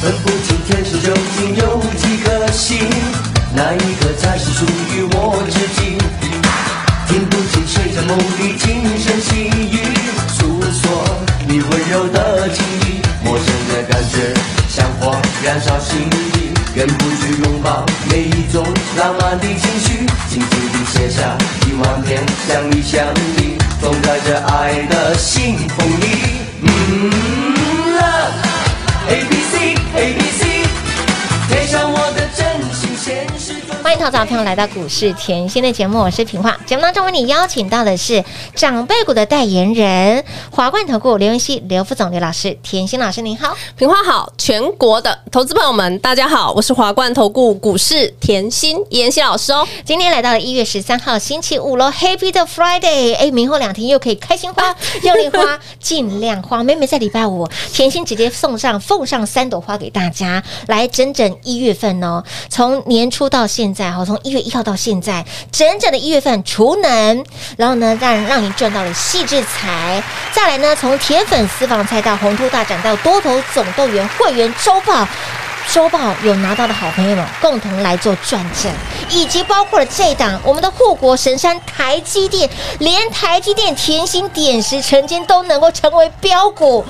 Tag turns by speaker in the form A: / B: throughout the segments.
A: 分不清天上究竟有几颗星，哪一颗才是属于我自己？听不清谁在梦里轻声细语，诉说你温柔的情意。陌生的感觉像火燃烧心底，忍不住拥抱每一种浪漫的情绪，轻轻地写下一万遍想你想你，种在这爱的信封里。嗯，love。A B C A B C，贴上我的真心，现实中。
B: 欢迎投资者朋友来到股市甜心的节目，我是平化。节目当中为你邀请到的是长辈股的代言人华冠投顾刘云熙、刘副总、刘老师、甜心老师，您好。
C: 平花好，全国的投资朋友们，大家好，我是华冠投顾股市甜心妍希老师哦。
B: 今天来到了一月十三号星期五喽，Happy 的 Friday！哎，明后两天又可以开心花、用力花、 尽量花。妹妹在礼拜五，甜心直接送上奉上三朵花给大家，来整整一月份哦，从年初到现在哦，从一月一号到现在，整整的一月份除能，然后呢，让让你赚到了细致财。再来呢，从铁粉私房菜到红兔大展到多头总动员会员周报。周报有拿到的好朋友们共同来做转正，以及包括了这一档我们的护国神山台积电，连台积电甜心点石成金都能够成为标股。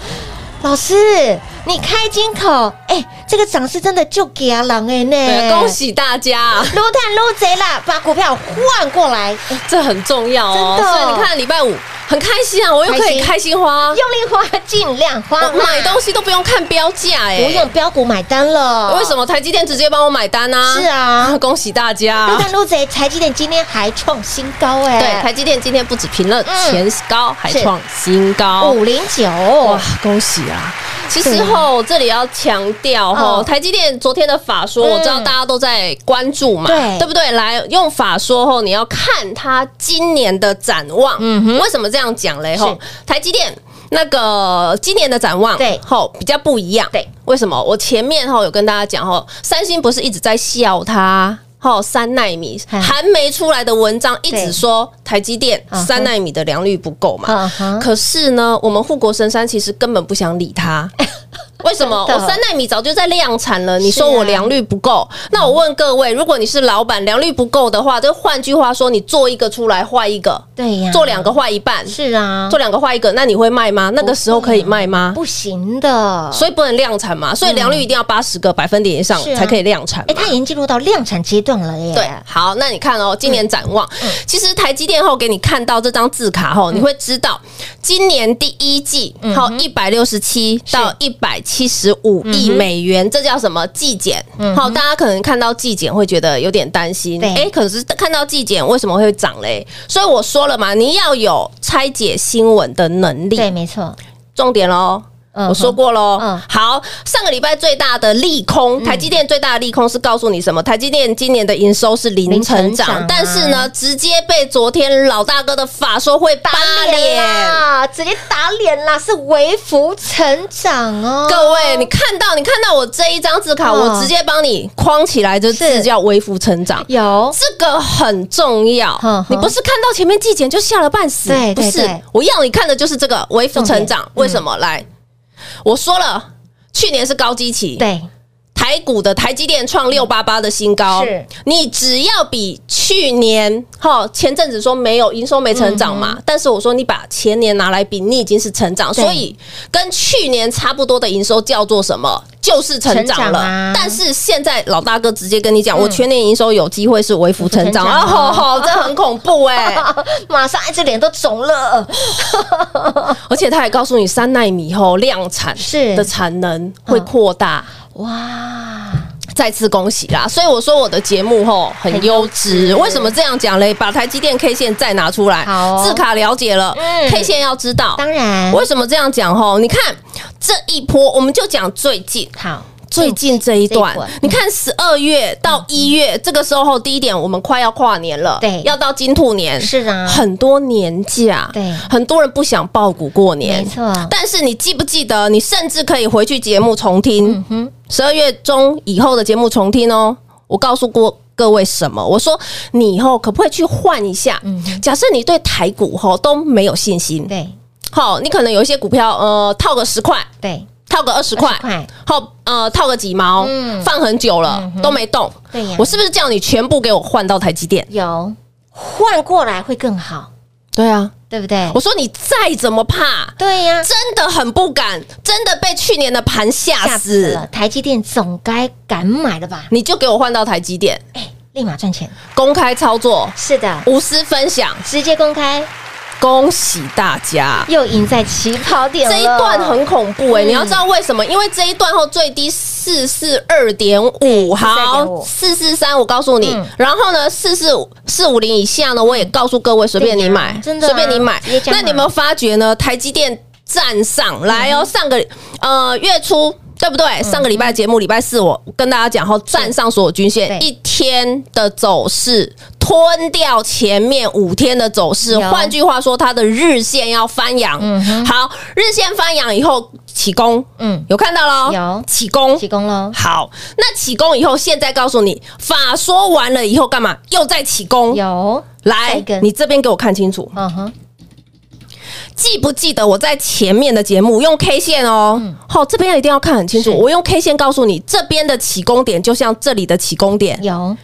B: 老师，你开金口，哎、这个涨势真的就给阿郎哎
C: 对，
B: 呢，
C: 恭！喜大家，啊
B: 撸碳撸贼啦，把股票换过来，哎
C: 这很重要哦。
B: 真的
C: 所以你看礼拜五很开心啊，我又可
B: 开
C: 以
B: 心
C: 开心花，
B: 用力花，尽量花
C: 我
B: 嘛，
C: 买东西都不用看标价哎、
B: 不用标股买单了。
C: 为什
B: 么？
C: 么台积电直接帮我买单啊？
B: 是啊
C: 恭喜大家
B: 撸。碳撸贼，台积电今天还创新高哎、
C: 对，台积电今天不止平了前高，
B: 嗯
C: 还
B: 是
C: 创新高
B: 五。零九，
C: 哇，恭喜啊！其实吼，这里要强调吼，
B: 嗯
C: 台积电昨天的法说，
B: 嗯
C: 我知道大家都在关注嘛，
B: 对
C: 不对？来用法说后，你要看它今年的展望。
B: 嗯哼
C: 为什么这样讲嘞？
B: 是
C: 吼，台积电。那个今年的展望，
B: 对
C: 吼比较不一样，
B: 对，
C: 为什么？我前面吼有跟大家讲吼，三星不是一直在笑它，吼三奈米
B: 嗯
C: 还没出来的文章一
B: 对
C: 直说台积电
B: 嗯哼
C: 三奈米的良率不够嘛，
B: 嗯哼
C: 可是呢，我们护国神山其实根本不想理 他。为什么？
B: 真
C: 我
B: 的
C: 三纳米早就在量产了，你
B: 是啊
C: 说我良率不够？
B: 啊
C: 那我问各位，如果你是老板，良率不够的话，就换句话说，你做一个出来坏一个，
B: 对呀，
C: 做两个坏一半，
B: 是啊，
C: 做两个坏一个，那你会卖吗？那个时候可以卖吗？
B: 不行的，
C: 所以不能量产嘛，所以良率一定要八十个百分点以上
B: 是啊
C: 才可以量产嘛。
B: 哎，它已经进入到量产阶段了耶。
C: 对，好，那你看哦，今年展望，其实台积电后给你看到这张字卡后，你会知道今年第一季好一百六十七到一百七十五亿美元，这叫什么季减？好，大家可能看到季减会觉得有点担心，
B: 对
C: 哎，可是看到季减为什么会涨嘞？所以我说了嘛，你要有拆解新闻的能力，
B: 对，没错，
C: 重点喽。
B: 嗯
C: 我说过喽，
B: 嗯
C: 好，上个礼拜最大的利空，台积电最大的利空是告诉你什么？台积电今年的营收是零成
B: 零成
C: 长，
B: 长啊
C: 但是呢，直接被昨天老大哥的法说会扒脸。
B: 啦，直接打脸啦，是微幅成长哦。
C: 各位，你看到你看到我这一张字卡，
B: 嗯
C: 我直接帮你框起来，这字
B: 是
C: 叫微幅成长。
B: 有
C: 这个很重要
B: 嗯哼哼，
C: 你不是看到前面季检就吓了半死，
B: 对
C: 不
B: 对
C: 是
B: 对，
C: 我要你看的就是这个微幅成
B: 重。
C: 长
B: 点嗯
C: 为什么？来，我说了，去年是高基期，
B: 对，
C: 台股的台积电创六八八的新高，
B: 是
C: 你只要比去年哈前阵子说没有营收没成长嘛，但是我说你把前年拿来比，你已经是成
B: 嗯
C: 长，
B: 对
C: 所以跟去年差不多的营收叫做什么？就是成长
B: 成
C: 了。
B: 长啊嗯
C: 但是现在老大哥直接跟你讲，我全年营收有机会是微幅成长，
B: 成
C: 啊
B: 长
C: 吼吼， 这很恐怖 哎、
B: 马上哎，这脸都肿了。
C: 而且他还告诉你，三纳米后量产
B: 是
C: 的产能会扩大。
B: 哇，
C: 再次恭喜啦！所以我说我的节目吼很优质，为什么这样讲嘞？把台积电 K 线再拿出来，
B: 好哦
C: 字卡了解了、
B: 嗯
C: k 线要知道。
B: 当然
C: 为什么这样讲吼？你看这一波，我们就讲最近
B: 好，
C: 最近这一段
B: 这一段，
C: 你看十二月到一月这个时候，第一点我们快要跨年了，
B: 对
C: 要到金兔年，
B: 是啊
C: 很多年假，
B: 对
C: 很多人不想报股过年，
B: 没错
C: 但是你记不记得？你甚至可以回去节目重
B: 嗯
C: 听，十二月中以后的节目重听哦。我告诉过。各位什么？我说你以后可不可以去换一下？假设你对台股吼都没有信心，
B: 嗯对
C: 好，你可能有一些股票呃套个十块，
B: 对
C: 套个二十块
B: 20块，
C: 好呃套个几毛，
B: 嗯
C: 放很久了、都没动。
B: 对呀
C: 我是不是叫你全部给我换到台积电？
B: 有换过来会更好，
C: 对啊，
B: 对不对
C: 我？说你再怎么怕，
B: 对呀，
C: 真的很不敢，真的被去年的盘吓
B: 吓死
C: 死
B: 了，，台积电总该敢买了吧？
C: 你就给我换到台积电，
B: 哎，立马赚钱。
C: 公开操作，
B: 是的，
C: 无私分享，
B: 直接公开
C: 恭喜大家！
B: 又赢在起跑点了。
C: 这一段很恐怖哎、
B: 嗯
C: 你要知道为什么？因为这一段后最低四四二点五，好
B: 442.5
C: 四四三，我告诉你
B: 嗯。
C: 然后呢，四四五四五零以下呢，我也告诉各位，随便你买，
B: 真的啊
C: 随便你买
B: 直接。加码
C: 那你有没有发觉呢？台积电站上来
B: 嗯
C: 哦，上个呃月初。对不对？上个礼拜节目，礼拜四我跟大家讲后，站上所有均
B: 对
C: 线，一天的走势吞掉前面五天的走势。
B: 有
C: 换句话说，它的日线要翻扬。好，日线翻扬以后起攻，
B: 嗯
C: 有看到喽？
B: 有
C: 起攻
B: 起。功喽，
C: 好，那起攻以后，现在告诉你，法说完了以后干嘛？又在起攻。
B: 有再
C: 来
B: 一，根
C: 你这边给我看清楚，
B: 嗯哼，
C: 记不记得我在前面的节目用 K 线哦？好、这边一定要看很清楚。
B: 嗯是
C: 我用 K 线告诉你，这边的起攻点就像这里的起攻点，
B: 有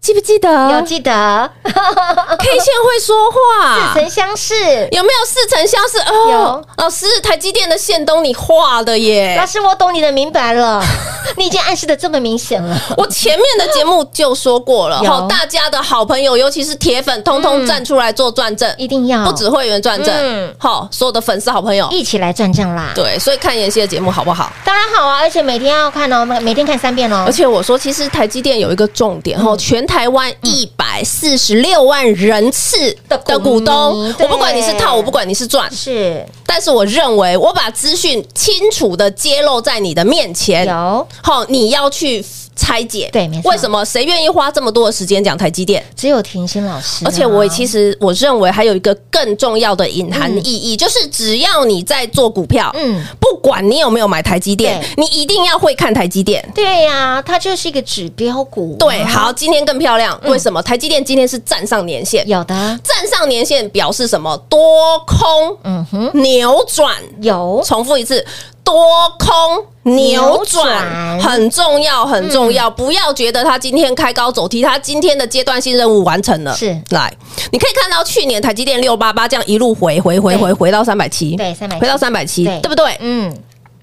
C: 记不记得？
B: 有记
C: 啊
B: 得
C: K 线会说话，
B: 似曾相识。
C: 有没有似曾相识？哦，老师，台积电的线都你画的耶
B: 老！师，我懂你的明白 了，你已经暗示的这么明显了，
C: 我前面的节目就说过了，
B: 有嗯
C: 好，大家的好朋友，尤其是铁粉，通通站出来做转正，
B: 一定要
C: 不止会员转
B: 嗯
C: 正，好，所有的粉丝好朋友，
B: 一起来赚账啦！
C: 对，所以看妍希的节目好不好？
B: 当然好啊，而且每天要看哦，每每天看三遍哦
C: 而。且我说，其实台积电有一个重点
B: 嗯
C: 哦，全台湾一百四十六万人次
B: 的
C: 的
B: 股
C: 股
B: 民
C: 东，
B: 嗯对
C: 我不管你是套，我不管你是赚，
B: 是
C: 但是我认为我把资讯清楚的揭露在你的面前，
B: 有，
C: 好，你要去拆解，
B: 对没错
C: 为什么谁愿意花这么多的时间讲台积电？
B: 只有甜心老师啊，
C: 而且我也其实我认为还有一个更重要的隐含意义，就是只要你在做股票，
B: 嗯
C: 嗯，不管你有没有买台积电
B: 对，
C: 你一定要会看台积电。
B: 对呀，它就是一个指标股啊，
C: 对，好，今天更漂亮，为什么？台积电今天是站上年线，
B: 嗯有的，
C: 站上年线表示什么？多空
B: 嗯哼，
C: 扭转，
B: 有
C: 重复一次，多空扭
B: 扭转
C: 转很重要，很重要。不要觉得它今天开高走低，它今天的阶段性任务完成了。
B: 是
C: 来，你可以看到去年台积电六八八这样一路回回回
B: 对
C: 回回到三百七，
B: 对370
C: 回到三百七，
B: 对
C: 对不对？
B: 嗯，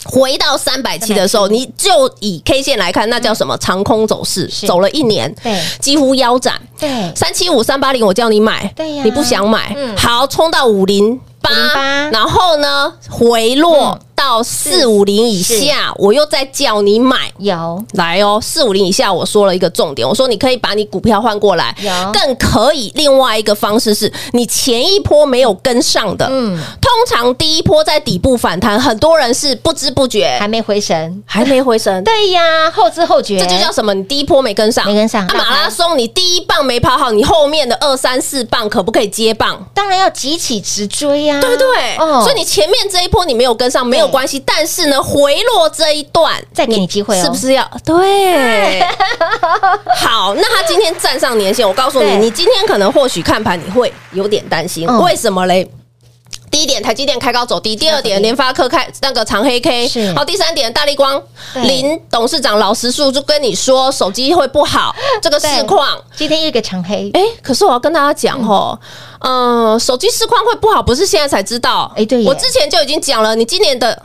C: 回到三百七的时候，你就以 K 线来看，那叫什么长空走势
B: 嗯是，
C: 走了一年，
B: 对
C: 几乎腰斩。
B: 对，
C: 三七五三八零，我叫你买，
B: 对呀
C: 你不想买，
B: 嗯
C: 好，冲到五零八
B: 508，
C: 然后呢回
B: 嗯
C: 落到四五零以下，我又再叫你买。
B: 有
C: 来哦，四五零以下，我说了一个重点，我说你可以把你股票换过来
B: 有，
C: 更可以另外一个方式是你前一波没有跟上的，
B: 嗯
C: 通常第一波在底部反弹，很多人是不知不觉
B: 还没回神，
C: 还没回神，
B: 对呀，后知后觉，
C: 这就叫什么？你第一波没跟上，
B: 没跟上
C: 嗯那
B: 那
C: 马拉松你第一棒没跑好，你后面的二三四棒可不可以接棒？嗯哦
B: 当然要急起直追啊哦呀、
C: 对不对？所以你前面这一波你没有跟上没有关系，但是呢，回落这一段
B: 再给你机会哦，
C: 是不？是要对？ 好，那他今天站上年线，我告诉你
B: 对，
C: 你今天可能或许看盘你会有点担心
B: 嗯，
C: 为什么嘞？第一点，台积电开高走低；第二点，联发科开那个长黑 K；
B: 是
C: 好，第三点，大力光
B: 对
C: 林董事长老实数就跟你说，手机会不好，这个
B: 对
C: 市况。
B: 今天一个长黑，
C: 哎、可是我要跟大家讲哦，嗯、手机市况会不好，不是现在才知道。
B: 哎对耶
C: 我之前就已经讲了，你今年的。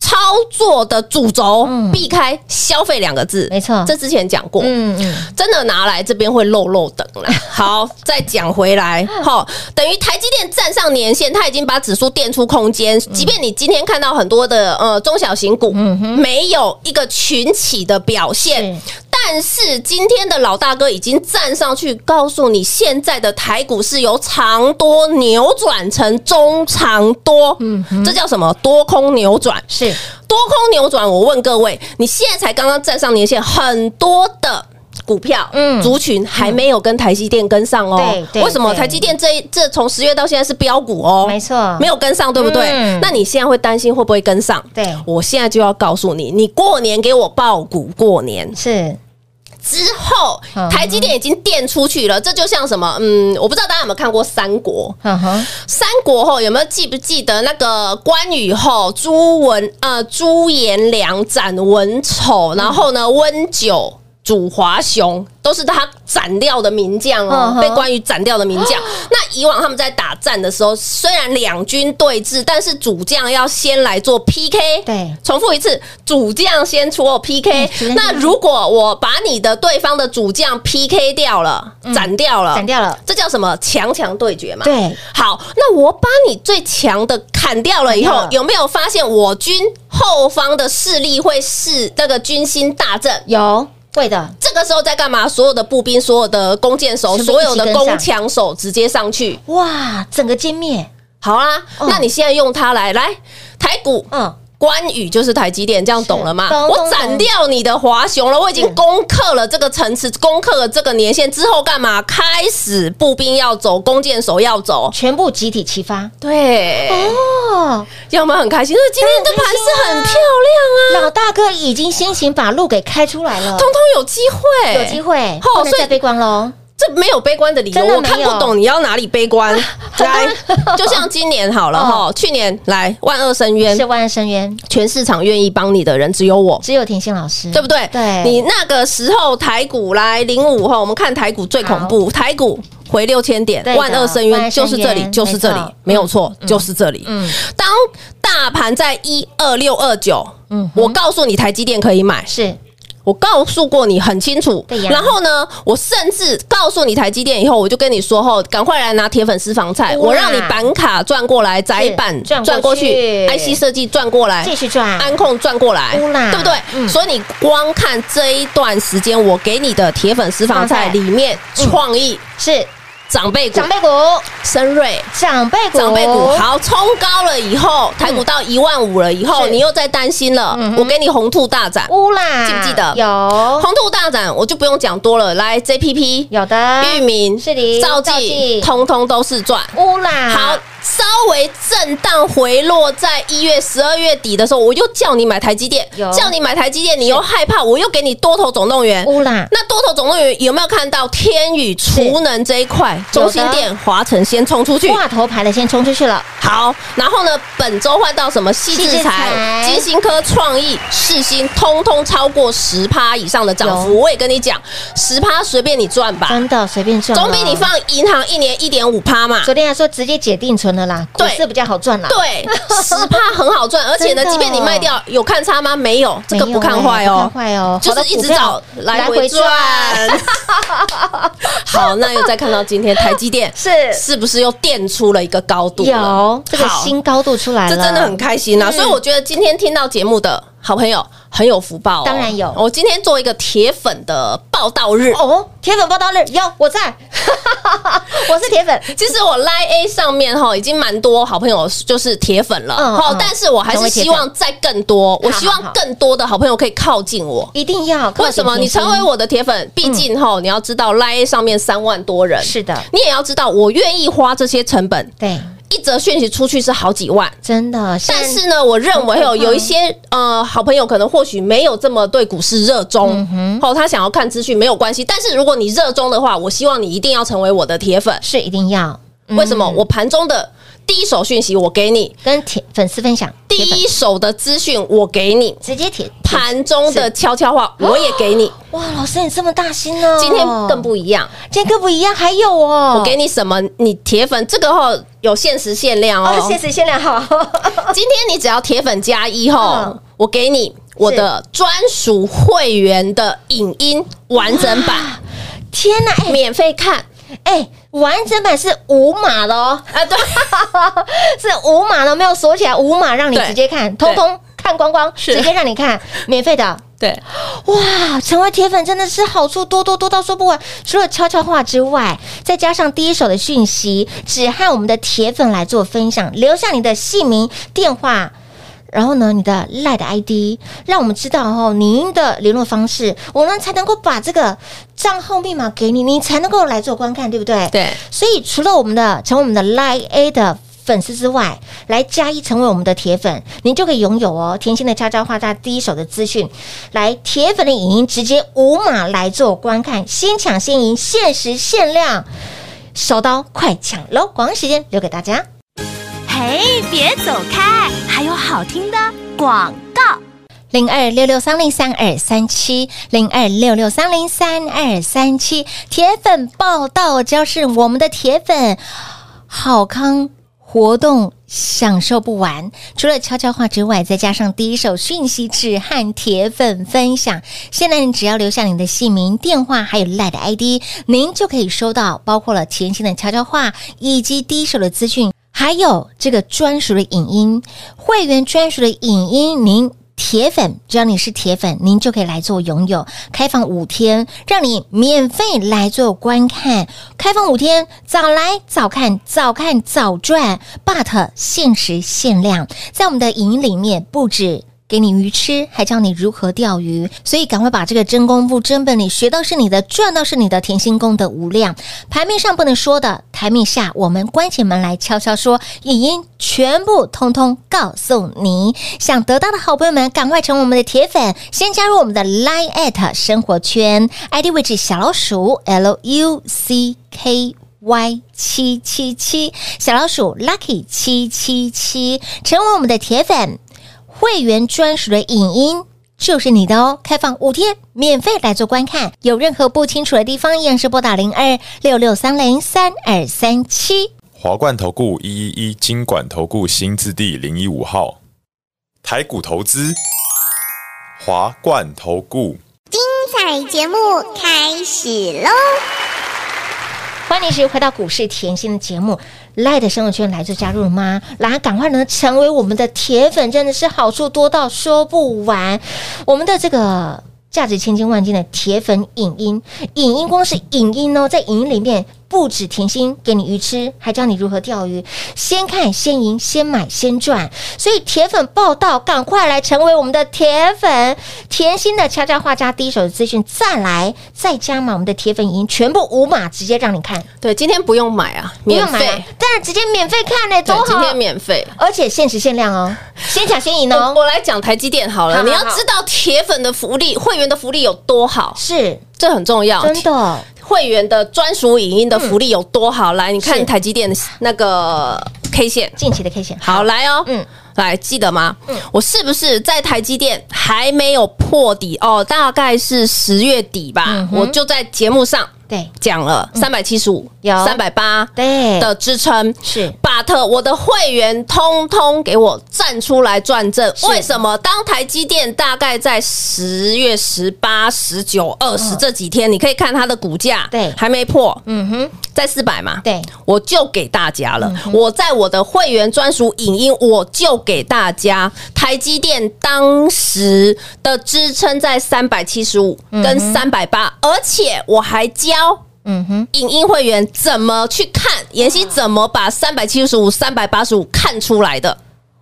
C: 操作的主轴，避开消费两个字，
B: 嗯没错
C: 这之前讲过，
B: 嗯嗯，
C: 真的拿来这边会漏漏等啦。好，再讲回来，好，等于台积电站上年线，它已经把指数垫出空间。即便你今天看到很多的呃中小型股没有一个群起的表现
B: 是。
C: 但是今天的老大哥已经站上去，告诉你现在的台股是由长多扭转成中长多，嗯，这叫什么？多空扭转
B: 是
C: 多空扭转，我问各位，你现在才刚刚站上年线，很多的。股票，
B: 嗯
C: 嗯，族群还没有跟台积电跟上哦
B: 对。对
C: 为什么
B: 对
C: 台积电这一这从十月到现在是标股哦？
B: 没错
C: 没有跟上，对不对
B: 嗯？
C: 那你现在会担心会不会跟上？
B: 对
C: 我现在就要告诉你，你过年给我报股，过年
B: 是
C: 之后
B: 嗯，
C: 台积电已经垫出去了，这就像什么？嗯，我不知道大家有没有看过《三国》。
B: 嗯哼，
C: 三国后有没有记不记得那个关羽后朱文呃朱颜良斩文丑，然后呢温酒。主华雄都是他斩掉的名将哦
B: 嗯，哼
C: 被关羽斩掉的名将。那以往他们在打战的时候，虽然两军对峙，但是主将要先来做 PK。
B: 对嗯
C: 重复一次，主将先出哦 PK
B: 主将先。
C: 那如果我把你的对方的主将 PK 掉了，斩掉了，
B: 嗯斩掉了，
C: 这叫什么强强对决嘛？
B: 对，
C: 好，那我把你最强的砍掉了以
B: 砍掉
C: 后
B: 了，
C: 有没有发现我军后方的势力会是那个军心大振？
B: 有会的，
C: 这个时候在干嘛？所有的步兵、所有的弓箭手、
B: 全部
C: 所有
B: 一起
C: 的
B: 跟上
C: 弓枪手直接上去。
B: 哇，整个歼灭，
C: 好啦，
B: 哦
C: 那你现在用它来来台股，
B: 嗯，
C: 关羽就是台积电，这样懂了吗
B: 是懂？懂
C: 我斩掉你的华雄了，我已经攻克了这个层
B: 嗯
C: 次，攻克了这个年限之后，干嘛？开始步兵要走，弓箭手要走，
B: 全部集体齐发
C: 对。
B: 哦，
C: 要么很开心，那今天的盘是很漂亮啊，
B: 老大哥已经先行把路给开出来了
C: 通。通有机会，
B: 啊有机，会，
C: 好
B: 不能
C: 哦所以
B: 再悲观喽。
C: 这没有悲观的理由，
B: 真的
C: 我看
B: 没有
C: 不懂你要哪里 悲观。来，就像今年好了哈，去年来万恶深渊
B: 哦是，万人深渊，
C: 全市场愿意帮你的人只有我。
B: 只有甜心老师，
C: 对不对？
B: 嗯对，
C: 你那个时候台股来零五后，我们看台股最恐怖，台股回六千点
B: 对，的
C: 万恶深
B: 万恶
C: 渊
B: 深
C: 就
B: 渊
C: 是这里，就是这里
B: 没错，
C: 没有错，就是这里。
B: 嗯
C: 当大盘在一二六二九，
B: 嗯哼
C: 我告诉你台积电可以买，
B: 是
C: 我告诉过你很清楚
B: 对，呀
C: 然后呢，我甚至告诉你台积电以后，我就跟你说吼，赶快来拿铁粉私房菜，
B: 哇
C: 我让你板卡转过来，窄板
B: 转过
C: 转过
B: 去
C: 去，IC 设计转过来
B: 继，续赚，
C: 安控转过来，
B: 呼啦
C: 对不
B: 嗯
C: 对？所以你光看这一段时间，我给你的铁粉私房菜
B: 私房菜
C: 里面，创意
B: 是
C: 长辈股
B: 长、辈股，哦
C: 深瑞。
B: 长辈股，
C: 长辈股好冲高了以后，台股到一万五了以后，
B: 是
C: 你又在担心了
B: 嗯哼。
C: 我给你红兔大展，
B: 乌啦，
C: 记不记得
B: 有
C: 红兔大展我就不用讲多了，来 JPP、
B: 有的
C: 域名、
B: 啊是的兆
C: 兆
B: 记啊
C: 记，通通都是赚。
B: 乌啦，
C: 好，稍微震荡回落在一月、十二月底的时候，我又叫你买台积电
B: 有，
C: 叫你买台积电，你又害怕，我又给你多头总动员。
B: 乌啦，
C: 那多头总动员有没有看到天宇、储能这一块，
B: 有的
C: 中心店、华晨先冲出去？
B: 挂头牌的先冲出去了，
C: 好，然后呢，本周换到什么细
B: 细
C: 制
B: 制裁
C: 材、金星科、创意、世新，通通超过十趴以上的涨
B: 有
C: 幅。我也跟你讲，十趴随便你赚吧，
B: 真的哦随便赚，
C: 总比你。放银行一年一点五趴嘛。
B: 昨天还说直接解定存了啦，股
C: 对
B: 市比较好赚啦。
C: 对，十趴很好赚，而且呢
B: 哦真的，哦
C: 即便你卖掉，有看差吗？没有，这
B: 没有欸，
C: 个不看坏
B: 不
C: 哦
B: 看。坏哦，
C: 就是一直找来回赚， 好，那又再看到今天台积电
B: 是
C: 是不是又垫出了一个高度了？
B: 有这个
C: 好
B: 新高度出来了，嗯
C: 这真的很开心啊！所以我觉得今天听到节目的好朋友很有福报哦，
B: 当然有
C: 我今天做一个铁粉的报道日，
B: 哦，铁粉报道日有我在， 我是铁粉，
C: 其实我 Line A 上面哈已经蛮多好朋友就是铁粉了，
B: 嗯
C: 哈、
B: 嗯
C: 但是我还
B: 成为
C: 是
B: 铁粉
C: 希望再更多，我
B: 好
C: 希
B: 好
C: 望更多的好朋友可以靠近我。
B: 一定要靠
C: 为
B: 近
C: 什么
B: 甜
C: 你
B: 心
C: 成为我的铁粉？毕竟哈，你要知道 Line A 上面三万多人，
B: 是的，
C: 你也要知道，我愿意花这些成本，
B: 对，
C: 一则讯息出去是好几万。
B: 真的，现在
C: 但是 呢，我认
B: 好
C: 为
B: 可怕
C: 哦，有一些呃好朋友可能或许没有这么对股市热衷
B: 嗯，
C: 哦，他想要看资讯没有关系。但是如果你热衷的话，我希望你一定要成为我的铁粉。
B: 是一定要，嗯
C: 为什么？我盘中的第一手讯息我给你，
B: 跟铁粉丝分享，
C: 第
B: 铁粉
C: 一手的资讯我给你，
B: 直接铁铁
C: 盘中的悄 悄话我也给你。
B: 哇，老师你这么大心哦，
C: 今天更不一样，
B: 今天更不一样，还有哦，
C: 我给你什么？你铁粉这个后有限时限量哦
B: 哦，。谢谢限量好，
C: 今天你只要铁粉加一后
B: 嗯，
C: 我给你我的专属会员的影音完整版，
B: 天哪，哎
C: 免费看
B: 哎，完整版是无码的哦，
C: 啊！对，
B: 是无码的，没有锁起来，无码让你
C: 对
B: 直接看，通
C: 对
B: 通看光光，
C: 是
B: 直接让你看，免费的。
C: 对，
B: 哇，成为铁粉真的是好处多多多到说不完。除了悄悄话之外，再加上第一手的讯息，只和我们的铁粉来做分享，留下你的姓名、电话。然后呢，你的赖的 ID，让我们知道哦，您的联络方式，我们才能够把这个账号密码给你，你才能够来做观看，对不对？
C: 对
B: 所以除了我们的成为我们的 Line A 的粉丝之外，来加一成为我们的铁粉，您就可以拥有哦甜心的悄悄话大家第一手的资讯，来铁粉的影音直接无码来做观看，先抢先赢，限时限量，手刀快抢喽！广告时间留给大家。
D: 嘿，别走开，还有好听的广告。
B: 零二六六三零三二三七，零二六六三零三二三七，铁粉报道，只要是我们的铁粉，好康活动享受不完。除了悄悄话之外，再加上第一手讯息只和铁粉分享。现在你只要留下你的姓名、电话，还有赖的 ID，您就可以收到包括了甜心的悄悄话以及第一手的资讯。还有这个专属的影音，会员专属的影音，您铁粉，只要你是铁粉，您就可以来做拥有。开放五天，让你免费来做观看。开放五天，早来早看，早看早赚。But 限时限量，在我们的影音里面不止。给你鱼吃，还教你如何钓鱼，所以赶快把这个真功夫、真本领学到是你的，赚到是你的，甜心功德无量。牌面上不能说的，台面下我们关起门来悄悄说，影音全部通通告诉你。想得到的好朋友们，赶快成为我们的铁粉，先加入我们的 Line at 生活圈，ID 位置小老鼠 L U C K。Y 七七七小老鼠 Lucky 七七七，成为我们的铁粉，会员专属的影音。就是你的哦，开放五天，免费来做观看。有任何不清楚的地方，一样是拨打零二六六三零三二三七。
E: 华冠投顾一一一金管投顾新字第零一五号，台股投资，华冠投顾。
F: 彩节目开始喽！
B: 欢迎你持续回到股市甜心的节目，赖的生活圈来做加入了吗？来，赶快呢成为我们的铁粉，真的是好处多到说不完。我们的这个价值千金万金的铁粉影音，影音光是影音哦，在影音里面不止甜心给你鱼吃，还教你如何钓鱼，先看先赢，先买先赚。所以铁粉报道，赶快来成为我们的铁粉，甜心的悄悄话加第一手的资讯，再来再加码我们的铁粉影音，全部无码直接让你看，
C: 对，今天不用买啊，
B: 不用
C: 免
B: 买啊
C: 费，，
B: 当然直接免费看呢、多
C: 对，
B: 好！
C: 今天免费。
B: 而且限时限量哦，先抢先赢
C: 我
B: 哦，
C: 我来讲台积电好
B: 好
C: 了，
B: 好
C: 你要
B: 好
C: 知道铁粉的福利，会员的福利有多好，
B: 是
C: 这很重要。
B: 真的。嗯
C: 会员的专属影音的福利有多好？来，你看台积电的那个 K 线，
B: 近期的 K 线，
C: 好来哦，
B: 嗯
C: 嗯，来记得吗？我是不是在台积电还没有破底哦？大概是十月底吧
B: 嗯，哼
C: 我就在节目上
B: 对
C: 讲了三百七十五、
B: 有
C: 三百八
B: 对
C: 的支撑
B: 是
C: But 我的会员通通给我站出来转正。为什么？当台积电大概在十月十八、十九、二十这几天，你可以看它的股价，
B: 嗯对
C: 还没破，
B: 嗯哼，
C: 在四百嘛，
B: 对，
C: 我就给大家
B: 嗯
C: 了。我在我的会员专属影音，我就给大家台积电当时的支撑在三百七十五跟三百八，而且我还教。
B: 嗯哼，
C: 影音会员怎么去看？妍希怎么把三百七十五、三百八十五看出来的？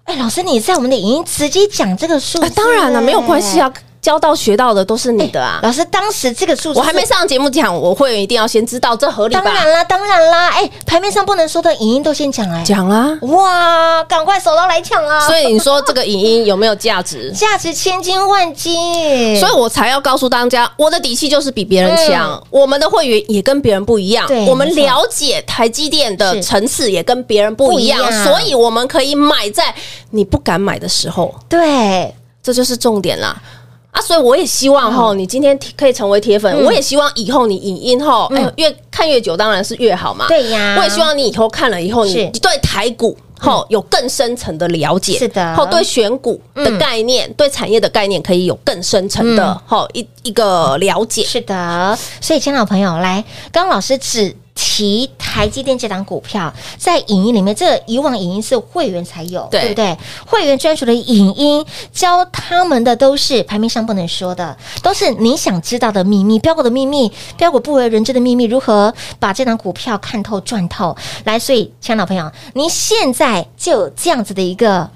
B: 哎，老师，你在我们的影音直接讲这个数字、
C: 啊，当然了，没有关系啊。教到学到的都是你的啊。
B: 哎老师当时这个数字
C: 我还没
B: 是。
C: 上节目讲，我会一定要先知道，这合理吧
B: 当？然啦，当然啦，哎，牌面上不能说的，影音都先讲来。
C: 讲啦。
B: 哇，赶快手刀来抢啊！？
C: 所以你说这个影音有没有价值
B: 价值千金万金，
C: 所以我才要告诉大家，我的底气就是比别人强，
B: 嗯
C: 我们的会员也跟别人不一样
B: 对，
C: 我们
B: 没错
C: 了解台积电的
B: 是
C: 层次也跟别人不一样，
B: 不一样
C: 所以我们可以买在你不敢买的时候，
B: 对，
C: 这就是重点啦。啊，所以我也希望哈，你今天可以成为铁粉，
B: 嗯
C: 我也希望以后你影音哈，哎呦，越看越久当然是越好嘛。
B: 对呀
C: 我也希望你以后看了以后，你
B: 是嗯
C: 你对台股。后有更深层的了解，
B: 是的
C: 后对选股的
B: 嗯
C: 概念、对产业的概念，可以有更深层的
B: 嗯
C: 后一一个了解。
B: 是的，所以，亲爱的朋友，来，刚刚老师只提台积电这档股票，在影音里面，这以往影音是会员才有，
C: 对
B: 不对？会员专属的影音，教他们的都是排名上不能说的，都是你想知道的秘密，标股的秘密，标股不为人知的秘密，如何把这档股票看透、赚透？来，所以，亲爱的朋友，您现在就有这样子的一个。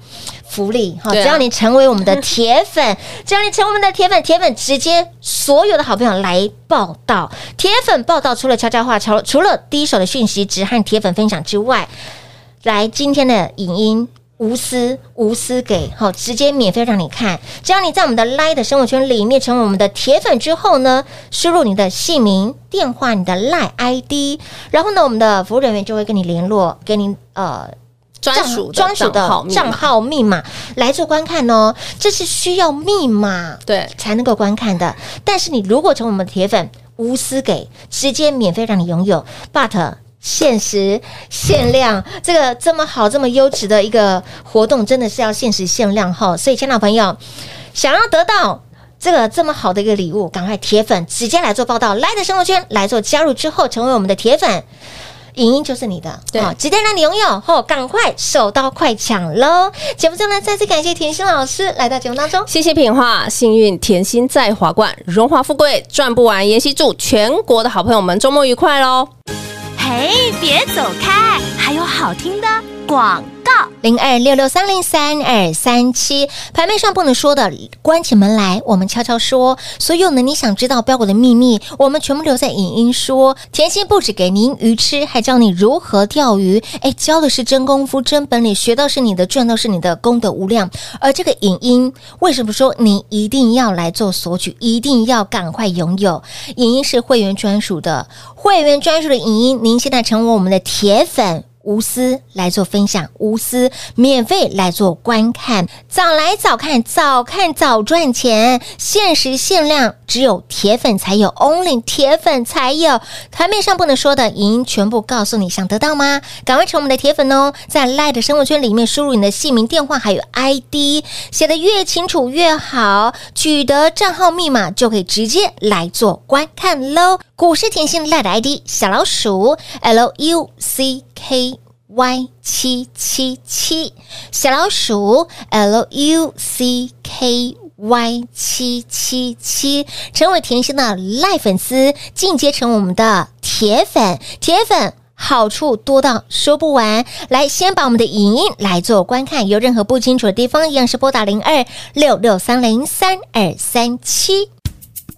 B: 福利哈，只
C: 对啊
B: 要你成为我们的铁粉， 只要你成为我们的铁粉，铁粉直接所有的好朋友来报道。铁粉报道除了悄悄话，除除了第一手的讯息值和铁粉分享之外，来今天的影音。无私无私给好，直接免费让你看。只要你在我们的 Light 生活圈里面成为我们的铁粉之后呢，输入你的姓名、电话、你的 Light ID，然后呢，我们的服务人员就会跟你联络，给你呃
C: 专
B: 账
C: 属的
B: 专属
C: 账号
B: 的
C: 密码
B: 账号密码来做观看哦，这是需要密码
C: 对
B: 才能够观看的。但是你如果成为我们的铁粉，无私给，直接免费让你拥有，but。限时限量，这个这么好、这么优质的一个活动，真的是要限时限量哈！所以，亲爱的朋友，想要得到这个这么好的一个礼物，赶快铁粉直接来做报道，来的生活圈来做加入之后，成为我们的铁粉，影音就是你的，
C: 对
B: 好直接让你拥有，吼、赶快手刀快抢喽！节目中呢，再次感谢甜心老师来到节目当中。
C: 谢谢品画，幸运甜心在华冠，荣华富贵赚不完。妍希祝全国的好朋友们周末愉快喽！
D: 嘿，别走开，还有好听的广告。
B: 零二六六三零三二三七，牌面上不能说的，关起门来我们悄悄说。所有呢，你想知道标股的秘密，我们全部留在影音说。甜心不止给您鱼吃，还教你如何钓鱼。哎，教的是真功夫、真本领，学到是你的，赚到是你的，功德无量。而这个影音，为什么说你一定要来做索取，一定要赶快拥有？影音是会员专属的，会员专属的影音，您现在成为我们的铁粉。无私来做分享，无私免费来做观看，早来早看，早看早赚钱，限时限量，只有铁粉才有，Only 铁粉才有。台面上不能说的，影音全部告诉你，想得到吗？赶快成我们的铁粉哦，在 Light 的生活圈里面输入你的姓名、电话还有 ID，写的越清楚越好，取得账号密码就可以直接来做观看喽。股市甜心 Light 的 ID 小老鼠 L U C K。Y 七七七小老鼠 L U C K Y 七七七，成为甜心的赖粉丝，进阶成我们的铁粉，铁粉。好处多到说不完，来先把我们的影音来做观看，有任何不清楚的地方，一样是拨打零二六六三零三二三七。